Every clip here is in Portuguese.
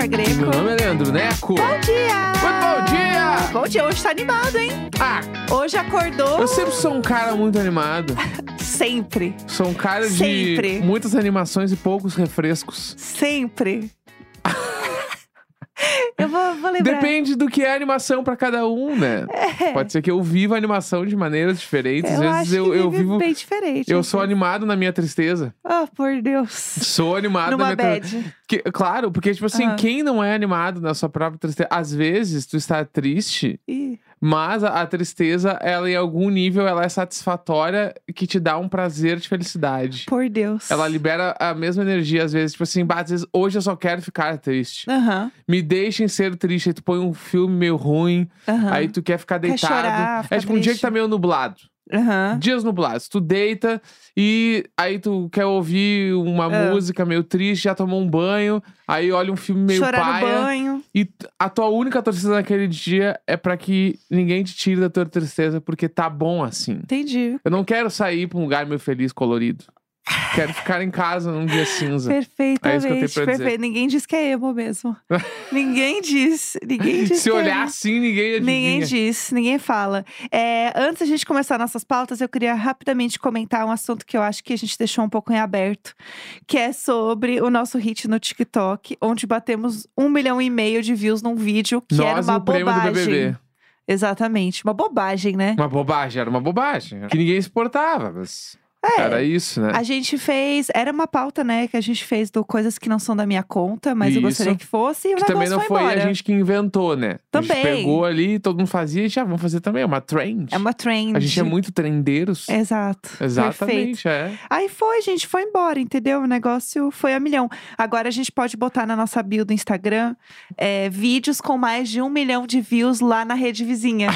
é Greco. Meu nome é Leandro Neco. Bom dia! Muito bom dia! Bom dia, hoje tá animado, hein? Ah, Hoje acordou eu sempre sou um cara muito animado. sempre, Sou um cara de Sempre. muitas animações e poucos refrescos. sempre. eu vou, vou lembrar. Depende do que é animação pra cada um, né? Pode ser que eu viva animação de maneiras diferentes. É. eu Às acho vezes eu, que eu vive vivo. bem diferente. Eu né? sou animado na minha tristeza. Ah, por Deus. Sou animado na Numa minha tristeza. bad. Que- claro, porque, tipo assim, Aham. quem não é animado na sua própria tristeza, às vezes tu está triste, Ih, mas a, a tristeza, ela em algum nível, ela é satisfatória que te dá um prazer de felicidade. por Deus. Ela libera a mesma energia, às vezes, tipo assim, bah, às vezes hoje eu só quero ficar triste. Aham, Me deixem ser triste. Aí tu põe um filme meio ruim, aham. aí tu quer ficar deitado. chorar, ficar é tipo um dia que triste. tá meio nublado. Aham. Dias nublados. Tu deita e aí tu quer ouvir uma Ah. música meio triste, já tomou um banho, aí olha um filme meio Chorar no paia. banho. E t- a tua única torcida naquele dia é pra que ninguém te tire da tua tristeza, porque tá bom assim. Entendi. Eu não quero sair pra um lugar meio feliz, colorido. Quero ficar em casa num dia cinza. Perfeitamente. pra dizer. perfeito. Ninguém diz que é emo mesmo. ninguém diz. Ninguém diz. Se que é olhar emo. assim, ninguém adivinha. Ninguém diz, ninguém fala. É, antes da gente começar nossas pautas, eu queria rapidamente comentar um assunto que eu acho que a gente deixou um pouco em aberto, que é sobre o nosso hit no TikTok, onde batemos um milhão e meio de views num vídeo que Nós era uma e o prêmio bobagem. do BBB. Exatamente, uma bobagem, né? Uma bobagem, era uma bobagem. Que ninguém suportava, mas É. era isso, né? A gente fez, era uma pauta, né, que a gente fez do coisas que não são da minha conta, mas eu Isso. gostaria que fosse, e o Que também negócio não foi, embora. a gente que inventou, né? A gente Também. pegou ali, todo mundo fazia e já vamos fazer também, é uma trend. É uma trend. A gente é muito trendeiros. Exato. Perfeito. Exatamente, é. Aí foi, gente, foi embora, entendeu? O negócio foi a milhão. Agora a gente pode botar na nossa bio do Instagram é, vídeos com mais de um milhão de views lá na rede vizinha.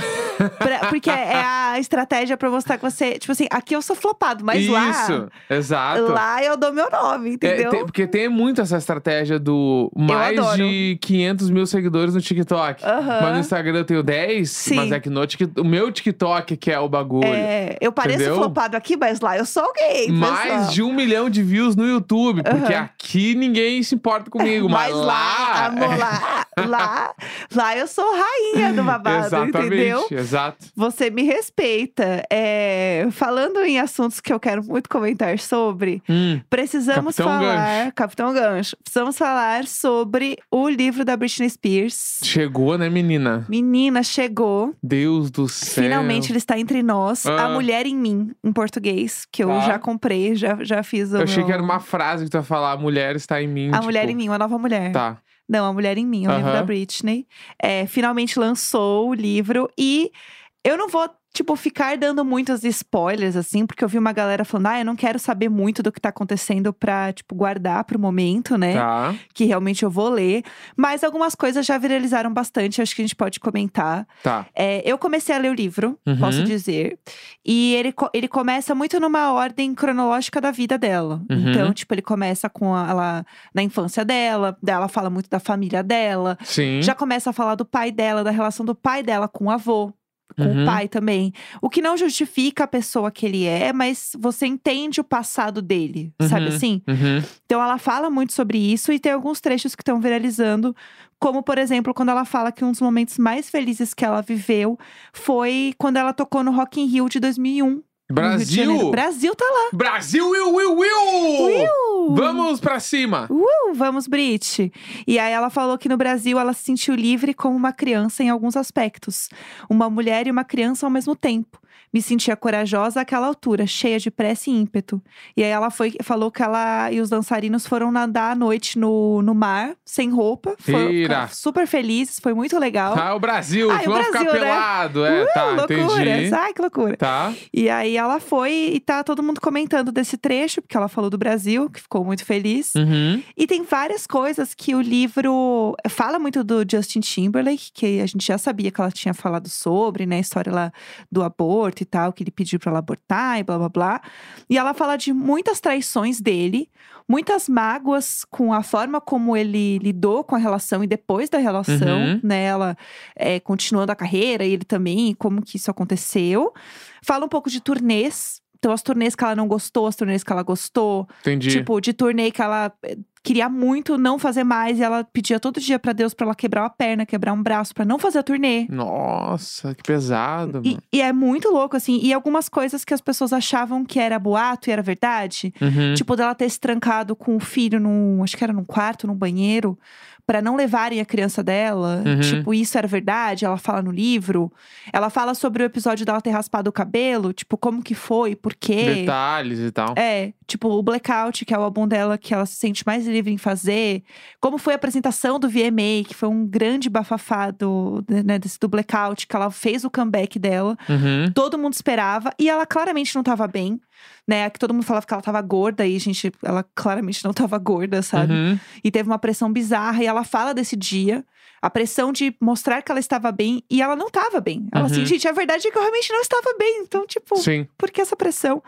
Pra- porque é a estratégia pra mostrar que você. Tipo assim, aqui eu sou flopado, mas Isso, lá. exato. Lá eu dou meu nome, É, entendeu? tem- porque tem muito essa estratégia do mais adoro. de 500 mil seguidores no TikTok. Aham. Mas no Instagram eu tenho 10, Sim. mas é que no Tik- o meu TikTok que é o bagulho. É, eu pareço Entendeu? flopado aqui, mas lá eu sou alguém. pessoal. Mais de um milhão de views no YouTube, porque Aham. aqui ninguém se importa comigo, um, mas, é. Mas lá, amor, lá, lá, lá eu sou rainha do babado, Exatamente, entendeu? exato. Você me respeita. É, falando em assuntos que eu quero muito comentar sobre, Hum, precisamos Capitão falar. Capitão Gancho. Precisamos falar sobre o livro da Britney Spears. chegou, né, menina? Menina, chegou. Deus do céu. Finalmente ele está entre nós. Ah. A Mulher em Mim, em português, que eu Tá. já comprei, já, já fiz o. Eu achei meu- que era uma frase que tu ia falar, a mulher está em mim. tipo, A Mulher em Mim, uma nova mulher. Tá. Não, A Mulher em Mim, o livro Aham. da Britney. É, finalmente lançou o livro e eu não vou, tipo, ficar dando muitos spoilers, assim, porque eu vi uma galera falando, ah, eu não quero saber muito do que tá acontecendo pra, tipo, guardar pro momento, né? Tá. Que realmente eu vou ler. Mas algumas coisas já viralizaram bastante, acho que a gente pode comentar. Tá. É, eu comecei a ler o livro, Uhum. posso dizer. E ele, co- ele começa muito numa ordem cronológica da vida dela. Uhum. Então, tipo, ele começa com a- ela na infância dela, daí ela fala muito da família dela. Sim. Já começa a falar do pai dela, da relação do pai dela com o avô. Com Uhum. o pai também. O que não justifica a pessoa que ele é, mas você entende o passado dele, sabe Uhum. assim? Uhum. Então ela fala muito sobre isso e tem alguns trechos que estão viralizando, como por exemplo, quando ela fala que um dos momentos mais felizes que ela viveu foi quando ela tocou no Rock in Rio de 2001. no Rio de Janeiro. Brasil! Brasil tá lá. Brasil, will, will, will! Vamos pra cima! Uh, vamos, Brit! E aí ela falou que no Brasil ela se sentiu livre como uma criança em alguns aspectos. Uma mulher e uma criança ao mesmo tempo. Me sentia corajosa àquela altura, cheia de pressa e ímpeto. E aí ela foi, falou que ela e os dançarinos foram nadar à noite no, no mar, sem roupa. Foram Ira. super felizes, foi muito legal. Ah, o Brasil! Ah, e o vamos ficar Brasil, né? pelado! É, tá, loucura! entendi. Ai, que loucura! Tá. E aí ela foi e tá todo mundo comentando desse trecho, porque ela falou do Brasil, que ficou muito feliz. Uhum. E tem várias coisas que o livro fala muito do Justin Timberlake, que a gente já sabia que ela tinha falado sobre, né? A história lá do aborto e tal, que ele pediu pra ela abortar e blá blá blá. E ela fala de muitas traições dele, muitas mágoas com a forma como ele lidou com a relação e depois da relação, Uhum. né? Ela é, continuando a carreira e ele também, e como que isso aconteceu. Fala um pouco de turnês. Então, as turnês que ela não gostou, as turnês que ela gostou. Entendi. Tipo, de turnê que ela eh, queria muito não fazer mais e ela pedia todo dia pra Deus pra ela quebrar uma perna, quebrar um braço, pra não fazer a turnê. Nossa, que pesado. E, mano. e é muito louco, assim. E algumas coisas que as pessoas achavam que era boato e era verdade. Uhum. Tipo, dela ter se trancado com o filho num. Acho que era num quarto, num banheiro, pra não levarem a criança dela. Uhum. Tipo, isso era verdade, ela fala no livro. Ela fala sobre o episódio dela ter raspado o cabelo, tipo, como que foi, por quê. Detalhes e tal. É, tipo, o Blackout, que é o álbum dela que ela se sente mais livre em fazer. Como foi a apresentação do VMA, que foi um grande bafafá do, né, desse- do Blackout, que ela fez o comeback dela. Uhum. Todo mundo esperava, e ela claramente não tava bem, né? Que todo mundo falava que ela tava gorda, e, gente, ela claramente não tava gorda, sabe? Uhum. E teve uma pressão bizarra, e ela fala desse dia. A pressão de mostrar que ela estava bem, e ela não tava bem. Ela assim, Uhum. gente, a verdade é que eu realmente não estava bem. Então, tipo, Sim. por que essa pressão?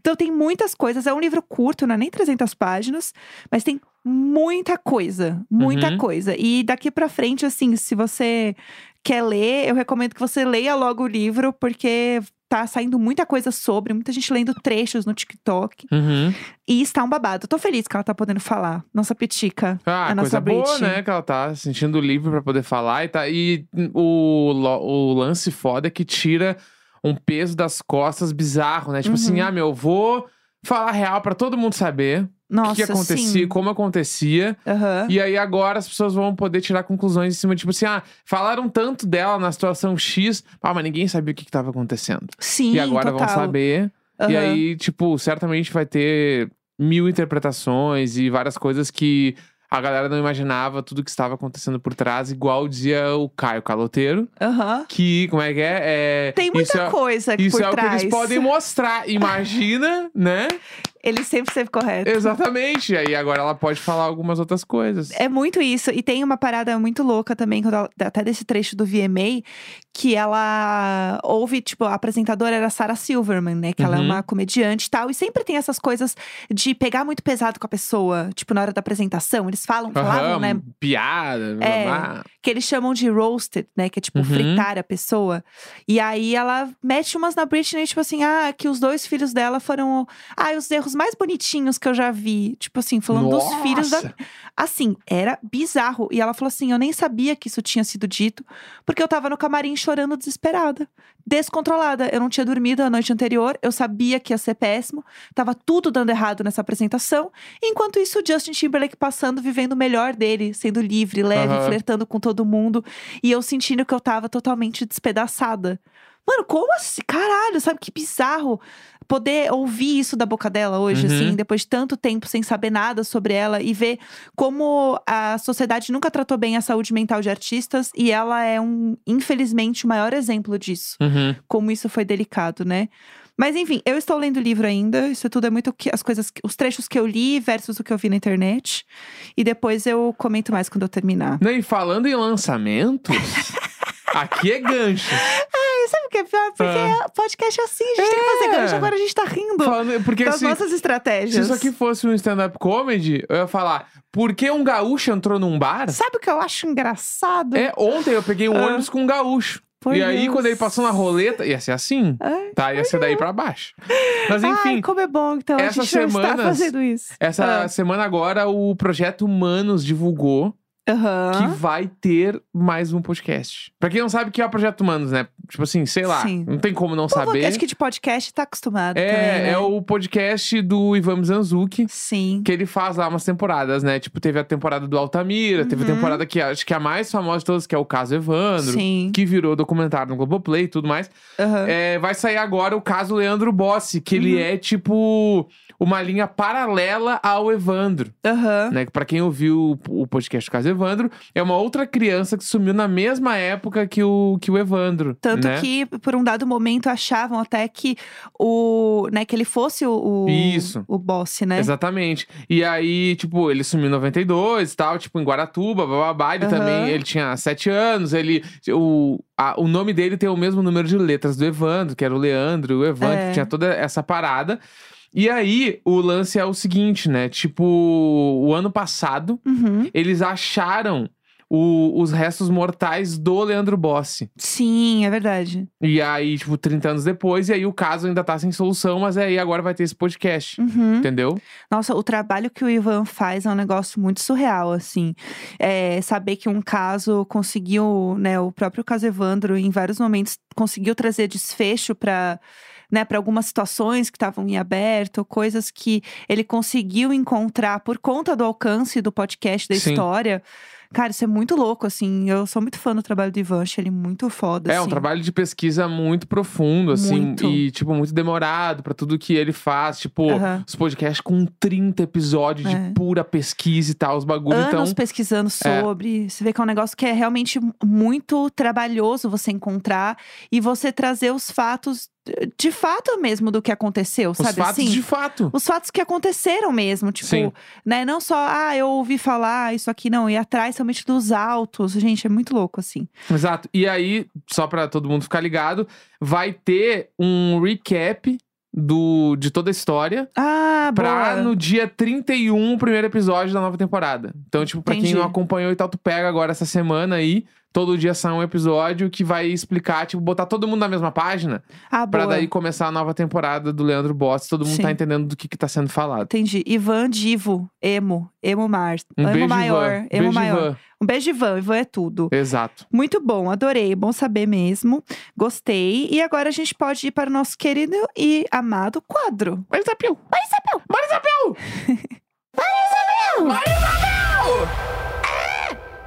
Então tem muitas coisas, é um livro curto, não é nem 300 páginas, mas tem muita coisa, muita Uhum. coisa. E daqui pra frente, assim, se você quer ler, eu recomendo que você leia logo o livro, porque tá saindo muita coisa sobre, muita gente lendo trechos no TikTok. Uhum. E está um babado. Eu Tô feliz que ela tá podendo falar. Nossa pitica. Ah, É a coisa nossa boa, Britney. né? Que ela tá se sentindo livre pra poder falar e tá. E o, lo- o lance foda é que tira um peso das costas bizarro, né? Tipo assim, Uhum. ah, meu, eu vou falar real pra todo mundo saber Nossa, o que que acontecia, sim. como acontecia. Aham. E aí agora as pessoas vão poder tirar conclusões em cima, tipo assim, ah, falaram tanto dela na situação X, ah, mas ninguém sabia o que, que tava acontecendo. Sim, e agora total. vão saber. E Aham. aí, tipo, certamente vai ter mil interpretações e várias coisas que a galera não imaginava tudo que estava acontecendo por trás, igual dizia o Caio Caloteiro, Aham. que, como é que é? É, Tem muita isso é, coisa aqui Isso por é trás. o que eles podem mostrar. Imagina, né? Ele sempre esteve correto. Exatamente. E aí agora ela pode falar algumas outras coisas. É muito isso. E tem uma parada muito louca também, quando ela- até desse trecho do VMA, que ela ouve, tipo, a apresentadora era Sarah Silverman, né? Que ela é Uhum. uma comediante e tal. E sempre tem essas coisas de pegar muito pesado com a pessoa, tipo, na hora da apresentação. Eles falam, falavam, Aham, né? Piada, blá, É. blá. que eles chamam de roasted, né? Que é tipo Uhum. fritar a pessoa. E aí ela mete umas na Britney, tipo assim, ah, que os dois filhos dela foram. Ah, os erros mais bonitinhos que eu já vi. Tipo assim, falando dos filhos da. Nossa. Assim, era bizarro. E ela falou assim: eu nem sabia que isso tinha sido dito, porque eu tava no camarim chorando desesperada, descontrolada. Eu não tinha dormido a noite anterior, eu sabia que ia ser péssimo, tava tudo dando errado nessa apresentação. Enquanto isso, o Justin Timberlake passando, vivendo o melhor dele, sendo livre, leve, Aham. flertando com todo mundo. E eu sentindo que eu tava totalmente despedaçada. Mano, como assim? Caralho, sabe que bizarro poder ouvir isso da boca dela hoje, Uhum. assim, depois de tanto tempo sem saber nada sobre ela e ver como a sociedade nunca tratou bem a saúde mental de artistas e ela é um, infelizmente, o maior exemplo disso Uhum. como isso foi delicado, né? Mas enfim, eu estou lendo o livro ainda. Isso tudo é muito o que- as coisas, que- os trechos que eu li versus o que eu vi na internet. E depois eu comento mais quando eu terminar. Não, e falando em lançamentos, aqui é gancho. Sabe o que é pior? Porque Ah. É. podcast é assim, a gente tem que fazer gancho, agora a gente tá rindo Falando- porque assim, das se, nossas se estratégias. isso aqui fosse um stand-up comedy, eu ia falar, por que um gaúcho entrou num bar? Sabe o que eu acho engraçado? É, ontem eu peguei um Ah. ônibus com um gaúcho. Por e aí, Deus. quando ele passou na roleta, ia ser assim, Ai, é. tá? Ia ser daí pra baixo. Mas enfim, Ai, como é bom, então, a essas gente não está semanas- fazendo isso. essa Ah. semana agora o Projeto Humanos divulgou que Aham. vai ter mais um podcast. Pra quem não sabe, o que é o Projeto Humanos, né? Tipo assim, sei lá, Sim. não tem como não O povo, saber. acho que de podcast tá acostumado É, também, né? é o podcast do Ivan Mizanzuki, Sim. que ele faz lá umas temporadas, né? Tipo, teve a temporada do Altamira, teve a Uhum. temporada que acho que é a mais famosa de todas, que é o caso Evandro, Sim. que virou documentário no Globoplay e tudo mais. Aham. É, vai sair agora o caso Leandro Bossi, que ele Uhum. é tipo uma linha paralela ao Evandro, Aham. né? Pra quem ouviu o o podcast do caso Evandro, é uma outra criança que sumiu na mesma época que o, que o Evandro. Tanto né? que, por um dado momento, achavam até que o. né, que ele fosse o, o, Isso. o boss, né? Exatamente. E aí, tipo, ele sumiu em 92 e tal, tipo, em Guaratuba, bababá. Ele Aham. também, ele tinha sete anos, ele... O, a- o nome dele tem o mesmo número de letras do Evandro, que era o Leandro, e o Evandro, É. que tinha toda essa parada. E aí, o lance é o seguinte, né? Tipo, o ano passado, Uhum. eles acharam o- os restos mortais do Leandro Bossi. Sim, é verdade. E aí, tipo, 30 anos depois, e aí o caso ainda tá sem solução, mas aí agora vai ter esse podcast. Uhum. Entendeu? Nossa, o trabalho que o Ivan faz é um negócio muito surreal, assim. É, saber que um caso conseguiu, né, o próprio caso Evandro, em vários momentos, conseguiu trazer desfecho para né, para algumas situações que estavam em aberto, coisas que ele conseguiu encontrar por conta do alcance do podcast, da Sim. história. Cara, isso é muito louco, assim. Eu sou muito fã do trabalho do Ivan, acho ele muito foda. É um assim. trabalho de pesquisa muito profundo, assim, Muito. e, tipo, muito demorado pra tudo que ele faz. Tipo, Aham. os podcasts com 30 É. episódios de pura pesquisa e tal, os bagulhos. Então, anos pesquisando é. sobre. Você vê que é um negócio que é realmente muito trabalhoso você encontrar e você trazer os fatos de- de fato mesmo do que aconteceu, os sabe fatos assim? de fato. Os fatos que aconteceram mesmo, tipo, Sim. né? Não só, ah, eu ouvi falar isso aqui, não, e atrás realmente dos autos. Gente, é muito louco, assim. Exato. E aí, só pra todo mundo ficar ligado, vai ter um recap do, de toda a história. Ah, Pra boa. no dia 31, o primeiro episódio da nova temporada. Então, tipo, pra quem Entendi. não acompanhou e tal, tu pega agora essa semana aí. Todo dia sai um episódio que vai explicar, tipo, botar todo mundo na mesma página. Ah, Pra boa. daí começar a nova temporada do Leandro Boss. Todo mundo Sim. tá entendendo do que, que tá sendo falado. Entendi. Ivan Divo, emo, emo mar, Um emo beijo, maior, Ivan. emo beijo, maior. Ivan. Um beijo, Ivan. Ivan é tudo. Exato. Muito bom, adorei, bom saber mesmo. Gostei. E agora a gente pode ir para o nosso querido e amado quadro. Marisabel! Marisabel! Marisabel!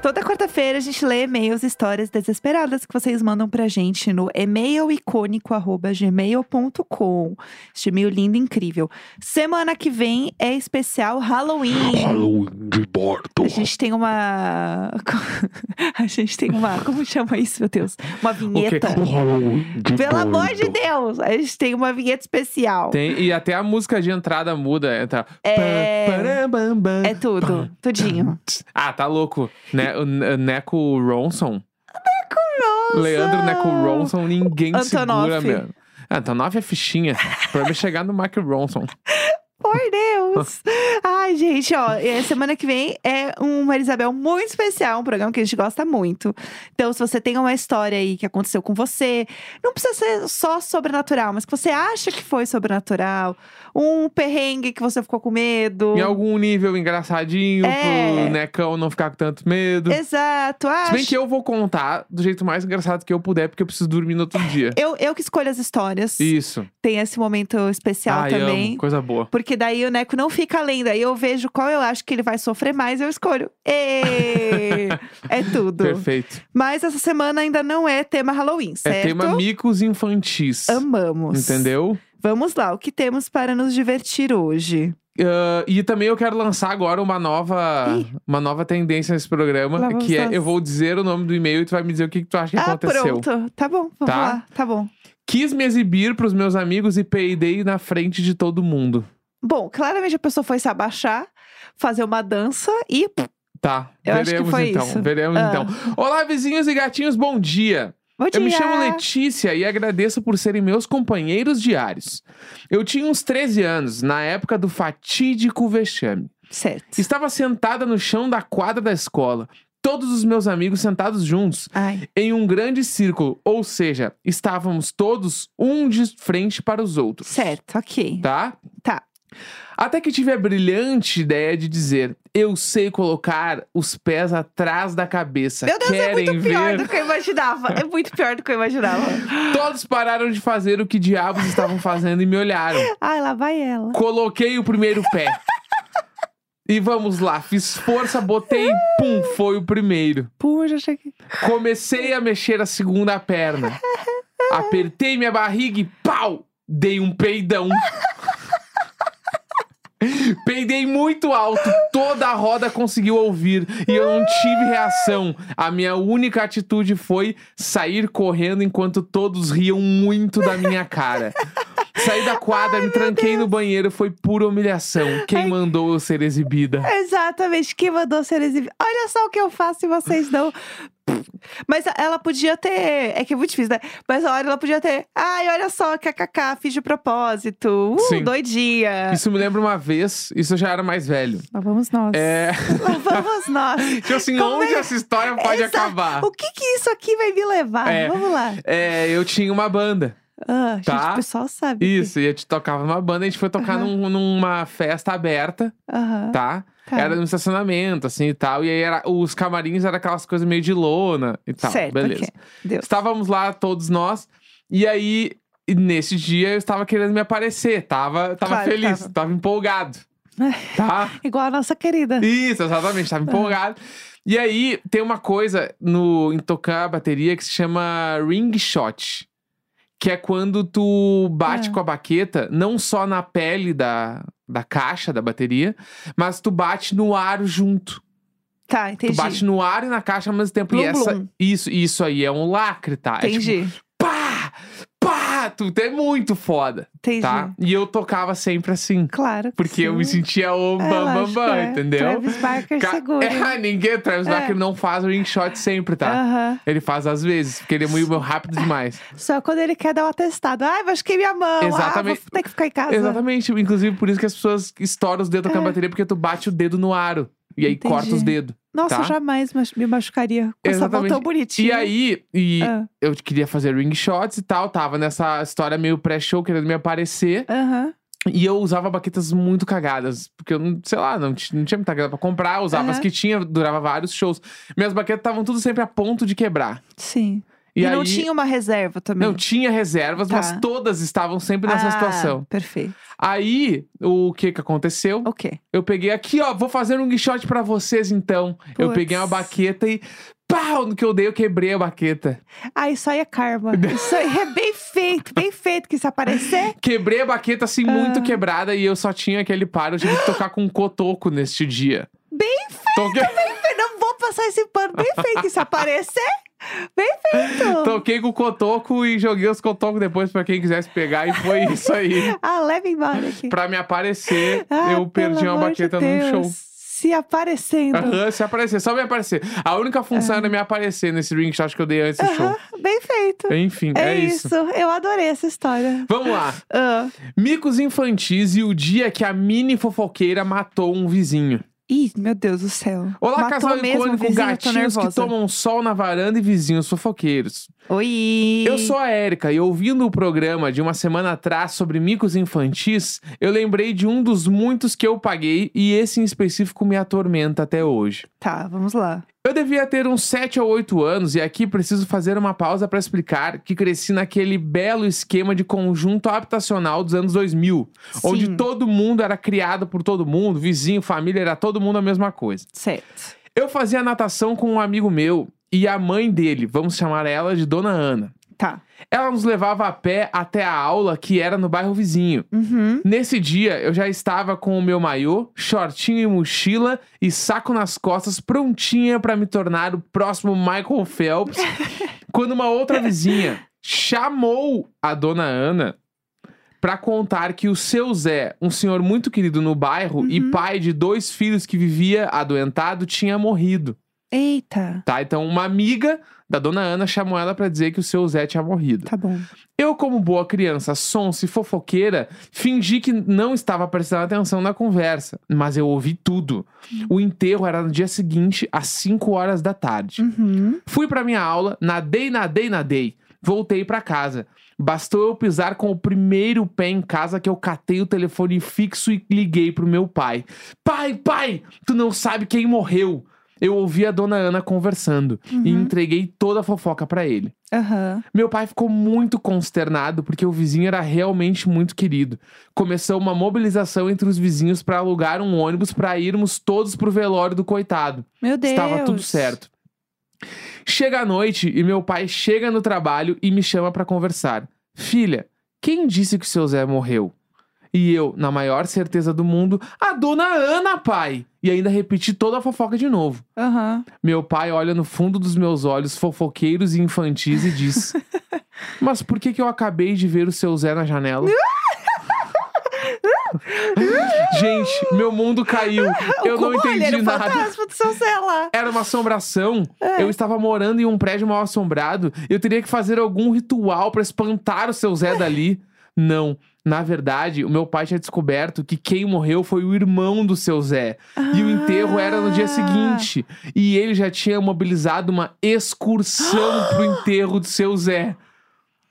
Toda quarta-feira a gente lê e-mails, histórias desesperadas que vocês mandam pra gente no e-mailicônico.gmail.com. Este e-mail lindo, incrível. Semana que vem é especial Halloween. Halloween de bordo. A gente tem uma. A gente tem uma. Como chama isso, meu Deus? Uma vinheta. Um Halloween de Pelo amor de bordo. Deus! A gente tem uma vinheta especial. Tem, e até a música de entrada muda. Entra. É. Pam, param, bam, bam. É tudo, tudinho. Ah, tá louco. Ne o N- Neco Ronson. Nossa! Leandro Neco Ronson, ninguém Antonoff. segura, meu. Antonoff é fichinha. pra me chegar no Mark Ronson. Por Deus! Ai, gente, ó, é, semana que vem é um Marisabel muito especial, um programa que a gente gosta muito. Então, se você tem uma história aí que aconteceu com você, não precisa ser só sobrenatural, mas que você acha que foi sobrenatural, um perrengue que você ficou com medo. Em algum nível engraçadinho, É. pro Necão não ficar com tanto medo. Exato, acho. Se bem que eu vou contar do jeito mais engraçado que eu puder, porque eu preciso dormir no outro É, dia. eu, eu que escolho as histórias. Isso. Tem esse momento especial Ai, também. amo. Coisa boa. Porque daí o Neco não fica além. Daí eu vejo qual eu acho que ele vai sofrer mais, eu escolho. Ê! é tudo. Perfeito. Mas essa semana ainda não é tema Halloween, certo? É tema micos infantis. Amamos. Entendeu? Vamos lá, o que temos para nos divertir hoje? Ah, e também eu quero lançar agora uma nova, Ih. uma nova tendência nesse Lá programa, vamos que nós. é eu vou dizer o nome do e-mail e tu vai me dizer o que, que tu acha que ah, aconteceu. pronto. Tá bom, vamos Tá. lá. Tá bom. Quis me exibir pros meus amigos e peidei na frente de todo mundo. Bom, claramente a pessoa foi se abaixar, fazer uma dança e. Tá, Eu acho que veremos foi então, isso. veremos Ah. então. Olá, vizinhos e gatinhos, bom dia. Bom Eu me dia! chamo Letícia e agradeço por serem meus companheiros diários. Eu tinha uns 13 anos, na época do fatídico vexame. Certo. Estava sentada no chão da quadra da escola, todos os meus amigos sentados juntos, Ai, em um grande círculo, ou seja, estávamos todos um de frente para os outros. certo, ok. Tá? Tá. Até que tive a brilhante ideia de dizer: eu sei colocar os pés atrás da cabeça. Meu Deus, Querem é muito pior ver? do que eu imaginava. É muito pior do que eu imaginava. Todos pararam de fazer o que diabos estavam fazendo e me olharam. Ai, Ah, lá vai ela. Coloquei o primeiro pé. E vamos lá, fiz força, botei, pum, foi o primeiro. Pum, eu já cheguei. Comecei a mexer a segunda perna. Apertei minha barriga e pau! Dei um peidão. Peidei muito alto, toda a roda conseguiu ouvir e eu não tive reação. A minha única atitude foi sair correndo enquanto todos riam muito da minha cara. Saí da quadra, me tranquei no banheiro, foi pura humilhação. Quem Ai. mandou eu ser exibida? Exatamente, quem mandou ser exibido? Olha só o que eu faço e vocês não. Mas a- ela podia ter. É que é muito difícil, né? Mas a hora ela podia ter. Ai, olha só, kkk, fiz de propósito. Uh, Sim. doidinha. Isso me lembra uma vez, isso eu já era mais velho. Lá vamos nós. É, Lá vamos nós. tipo assim, Como onde é- essa história pode Exato. acabar? O que que isso aqui vai me levar? Tá. É. Vamos lá. É, eu tinha uma banda. Ah, Tá. Gente, o pessoal sabe. que- Isso, e a gente tocava numa banda, a gente foi tocar Aham. num- numa festa aberta, Aham, tá? tá. Era num estacionamento, assim e tal. E aí era, os camarins eram aquelas coisas meio de lona e tal. Certo, tá, beleza. ok. Deus. Estávamos lá todos nós. E aí, e nesse dia, eu estava querendo me aparecer. Tava, tava Claro que feliz, tava. É. tava empolgado. tá? Igual a nossa querida. Isso, exatamente, tava empolgado. E aí, tem uma coisa no, em tocar a bateria que se chama ring shot. Que é quando tu bate Ah. com a baqueta, não só na pele da, da caixa da bateria, mas tu bate no ar junto. Tá, entendi. Tu bate no ar e na caixa ao mesmo tempo. e Blum, essa, blum. Isso, isso aí é um lacre, tá? É tipo, Entendi, pá! Pá! Tu é muito foda, entendi. tá? E eu tocava sempre assim. Claro. que Porque eu me sim. sentia o É, bam, bam, lógico, bam, é. entendeu? Travis Barker Ca- seguro. É, ninguém, Travis É. Barker não faz o ring shot sempre, tá? Aham. Ele faz às vezes, porque ele é muito rápido demais. Só quando ele quer dar um atestado. Ai, machuquei minha mão. Exatamente. Ah, vou ter que ficar em casa. Exatamente, inclusive por isso que as pessoas estouram os dedos tocando É. bateria, porque tu bate o dedo no aro. E aí Entendi. corta os dedos. Nossa, Tá. eu jamais mach- me machucaria com essa mão Exatamente. tão bonitinha. E aí, e Ah, eu queria fazer ring shots e tal, tava nessa história meio pré-show querendo me aparecer. Aham. E eu usava baquetas muito cagadas, porque eu, não- sei lá, não, ti- não tinha muita grana pra comprar, eu usava Aham. as que tinha, durava vários shows. Minhas baquetas estavam tudo sempre a ponto de quebrar. Sim. E, não aí- tinha uma reserva também. Não, tinha reservas, Hum. Tá. mas todas estavam sempre nessa Ah, situação. Perfeito. Aí, o que que aconteceu? Ok. Eu peguei aqui, ó, vou fazer um shot pra vocês então. Eu Puts. peguei uma baqueta e pau, no que eu dei, eu quebrei a baqueta. Ah, isso aí é karma. Isso aí é bem feito, bem feito que se aparecer. Quebrei a baqueta assim, Ah. muito quebrada, e eu só tinha aquele par, eu tive que tocar com um cotoco neste dia. Bem feito, Toquei, bem feito. Não vou passar esse pano. Bem feito que se aparecer. Bem feito. toquei com o cotoco e joguei os cotocos depois pra quem quisesse pegar, e foi isso aí. Ah, leva embora aqui. Pra me aparecer, Ah, eu perdi pelo uma amor de baqueta num Deus. show. Se aparecendo. Aham, se aparecer, só me aparecer. A única função era me aparecer nesse ring shot que eu dei antes do show. É. Aham, Bem feito. Enfim, é, isso. Eu adorei essa história. Vamos lá. Ah. Micos infantis e o dia que a mini fofoqueira matou um vizinho. Ih, meu Deus do céu. Olá, Matou casal mesmo, um icônico, vizinho, eu tô gatinhos que nervosa. tomam sol na varanda e vizinhos fofoqueiros. Oi. Eu sou a Érica e ouvindo o programa de uma semana atrás sobre micos infantis, eu lembrei de um dos muitos que eu paguei e esse em específico me atormenta até hoje. Tá, vamos lá. Eu devia ter uns 7 ou 8 anos e aqui preciso fazer uma pausa para explicar que cresci naquele belo esquema de conjunto habitacional dos anos 2000, onde Sim. todo mundo era criado por todo mundo, vizinho, família, era todo mundo a mesma coisa. Certo. Eu fazia natação com um amigo meu e a mãe dele, vamos chamar ela de Dona Ana. Tá. Ela nos levava a pé até a aula que era no bairro vizinho. Uhum. Nesse dia, eu já estava com o meu maiô, shortinho e mochila e saco nas costas, prontinha para me tornar o próximo Michael Phelps, quando uma outra vizinha chamou a dona Ana para contar que o seu Zé, um senhor muito querido no bairro e pai de dois filhos que vivia adoentado, tinha morrido, Eita. tá? Então, uma amiga da dona Ana chamou ela para dizer que o seu Zé tinha morrido. Tá bom. Eu, como boa criança, sonsa e fofoqueira, fingi que não estava prestando atenção na conversa, mas eu ouvi tudo. O enterro era no dia seguinte, às 5 horas da tarde. Uhum. Fui para minha aula, nadei, nadei, nadei. Voltei para casa. Bastou eu pisar com o primeiro pé em casa que eu catei o telefone fixo e liguei pro meu pai. Pai, pai, tu não sabe quem morreu. Eu ouvi a dona Ana conversando e Uhum. entreguei toda a fofoca para ele. Aham. Meu pai ficou muito consternado porque o vizinho era realmente muito querido. Começou uma mobilização entre os vizinhos para alugar um ônibus para irmos todos pro velório do coitado. Meu Deus. Estava tudo certo. Chega a noite e meu pai chega no trabalho e me chama para conversar. Filha, quem disse que o seu Zé morreu? E eu, na maior certeza do mundo, a dona Ana, pai! E ainda repeti toda a fofoca de novo. Aham. Meu pai olha no fundo dos meus olhos fofoqueiros e infantis e diz: Mas por que, que eu acabei de ver o seu Zé na janela? Gente, meu mundo caiu. Eu não Como ele era o entendi nada. fantasma É. do seu celular. Era uma assombração. Eu estava morando em um prédio mal assombrado. Eu teria que fazer algum ritual pra espantar o seu Zé dali. Não. Na verdade, o meu pai tinha descoberto que quem morreu foi o irmão do seu Zé. E o Ah. enterro era no dia seguinte. E ele já tinha mobilizado uma excursão pro enterro do seu Zé.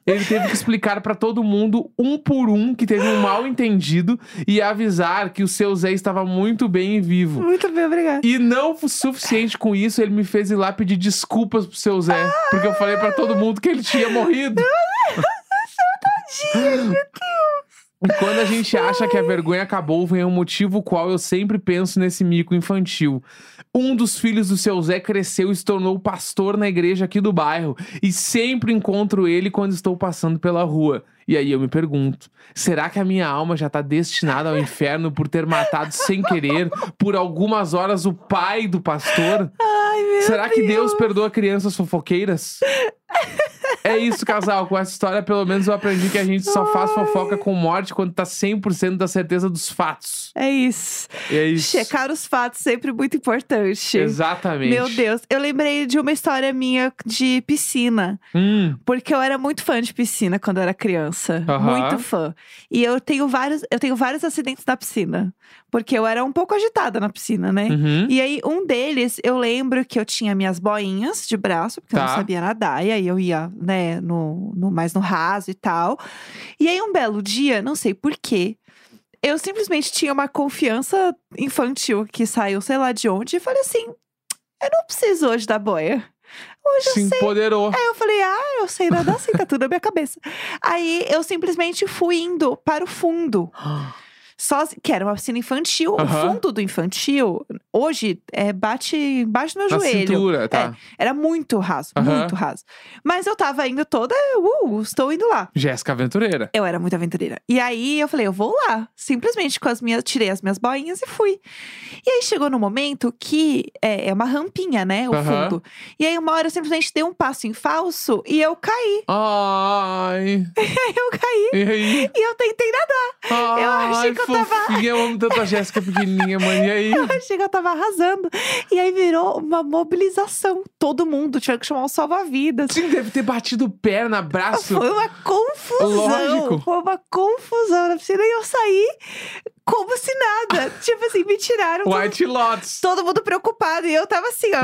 Ele teve que explicar pra todo mundo, um por um, que teve um mal entendido e avisar que o seu Zé estava muito bem e vivo. Muito bem, obrigada. E não o suficiente com isso, ele me fez ir lá pedir desculpas pro seu Zé. Porque eu falei pra todo mundo que ele tinha morrido. E quando a gente acha que a vergonha acabou, vem um motivo qual eu sempre penso nesse mico infantil. Um dos filhos do seu Zé cresceu e se tornou pastor na igreja aqui do bairro. E sempre encontro ele quando estou passando pela rua. E aí eu me pergunto: será que a minha alma já está destinada ao inferno por ter matado sem querer, por algumas horas, o pai do pastor? Ai, meu Será que Deus perdoa crianças fofoqueiras? É isso, casal. Com essa história, pelo menos eu aprendi que a gente só faz fofoca com morte quando tá 100% da certeza dos fatos. É isso. E é isso. Checar os fatos é sempre muito importante. Exatamente. Meu Deus, eu lembrei de uma história minha de piscina. Hum, Porque eu era muito fã de piscina quando eu era criança. Aham. Muito fã. E eu tenho vários, eu tenho vários acidentes na piscina. Porque eu era um pouco agitada na piscina, né? uhum. E aí, um deles, eu lembro que eu tinha minhas boinhas de braço, porque eu Tá. não sabia nadar, e aí eu ia, né, no, no- mais no raso e tal. E aí, um belo dia, não sei porquê, eu simplesmente tinha uma confiança infantil que saiu, sei lá de onde, e falei assim: eu não preciso hoje da boia. Hoje eu Se empoderou. Aí eu falei, ah, eu sei nadar assim, tá tudo na minha cabeça. Aí eu simplesmente fui indo para o fundo. Só, que era uma piscina infantil. O Aham. fundo do infantil, hoje, é, bate embaixo do meu Na joelho. É. cintura, tá. Era muito raso, Aham. muito raso. Mas eu tava indo toda, uh, estou indo lá. Jéssica Aventureira. Eu era muito aventureira. E aí eu falei, eu vou lá. Simplesmente com as minhas, tirei as minhas boinhas e fui. E aí chegou no momento que é, é uma rampinha, né? O Aham. fundo. E aí uma hora eu simplesmente dei um passo em falso e eu caí. Ai. Eu caí. E aí? E eu tentei nadar. Ai, achei que eu tava- fofinha. Eu amo tanto a Jéssica pequenininha, mano. E aí? Eu achei que eu tava arrasando. E aí virou uma mobilização. Todo mundo tiveram que chamar um salva-vidas. Sim, deve ter batido perna, braço. Foi uma confusão. Lógico. Foi uma confusão na piscina. E eu saí como se nada. tipo assim, me tiraram. todo White Lotus. todo mundo preocupado. E eu tava assim, ó.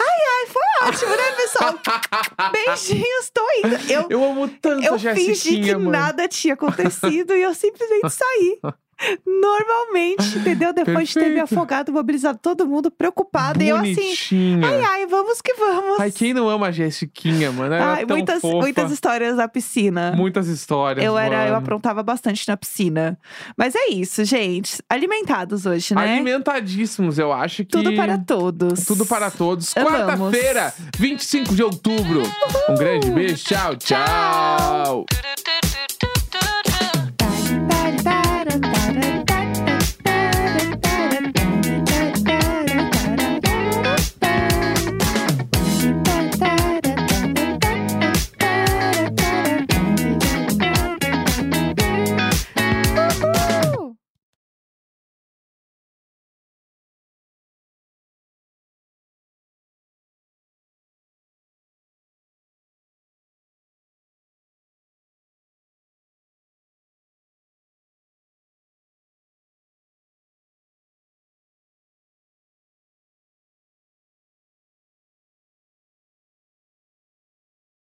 Ai, ai, foi ótimo, né, pessoal? Beijinhos, tô indo. Eu, Eu amo tanto eu, a Jéssica. fingi que nada tinha acontecido e eu simplesmente saí. Normalmente, entendeu? Depois de ter me Perfeito. afogado, mobilizado todo mundo preocupado. E eu assim, Bonitinha. ai, ai, vamos que vamos. É. Ai, quem não ama a Jessiquinha, mano? Ela Ai, é tão muitas, fofa. muitas histórias na piscina. Muitas histórias, eu era, eu mano. aprontava bastante na piscina. Mas é isso, gente. Alimentados hoje, né? Alimentadíssimos, eu acho que... Tudo para todos. Tudo para todos. Amamos. Quarta-feira, 25 de outubro. Um grande beijo. Tchau, tchau. Tchau.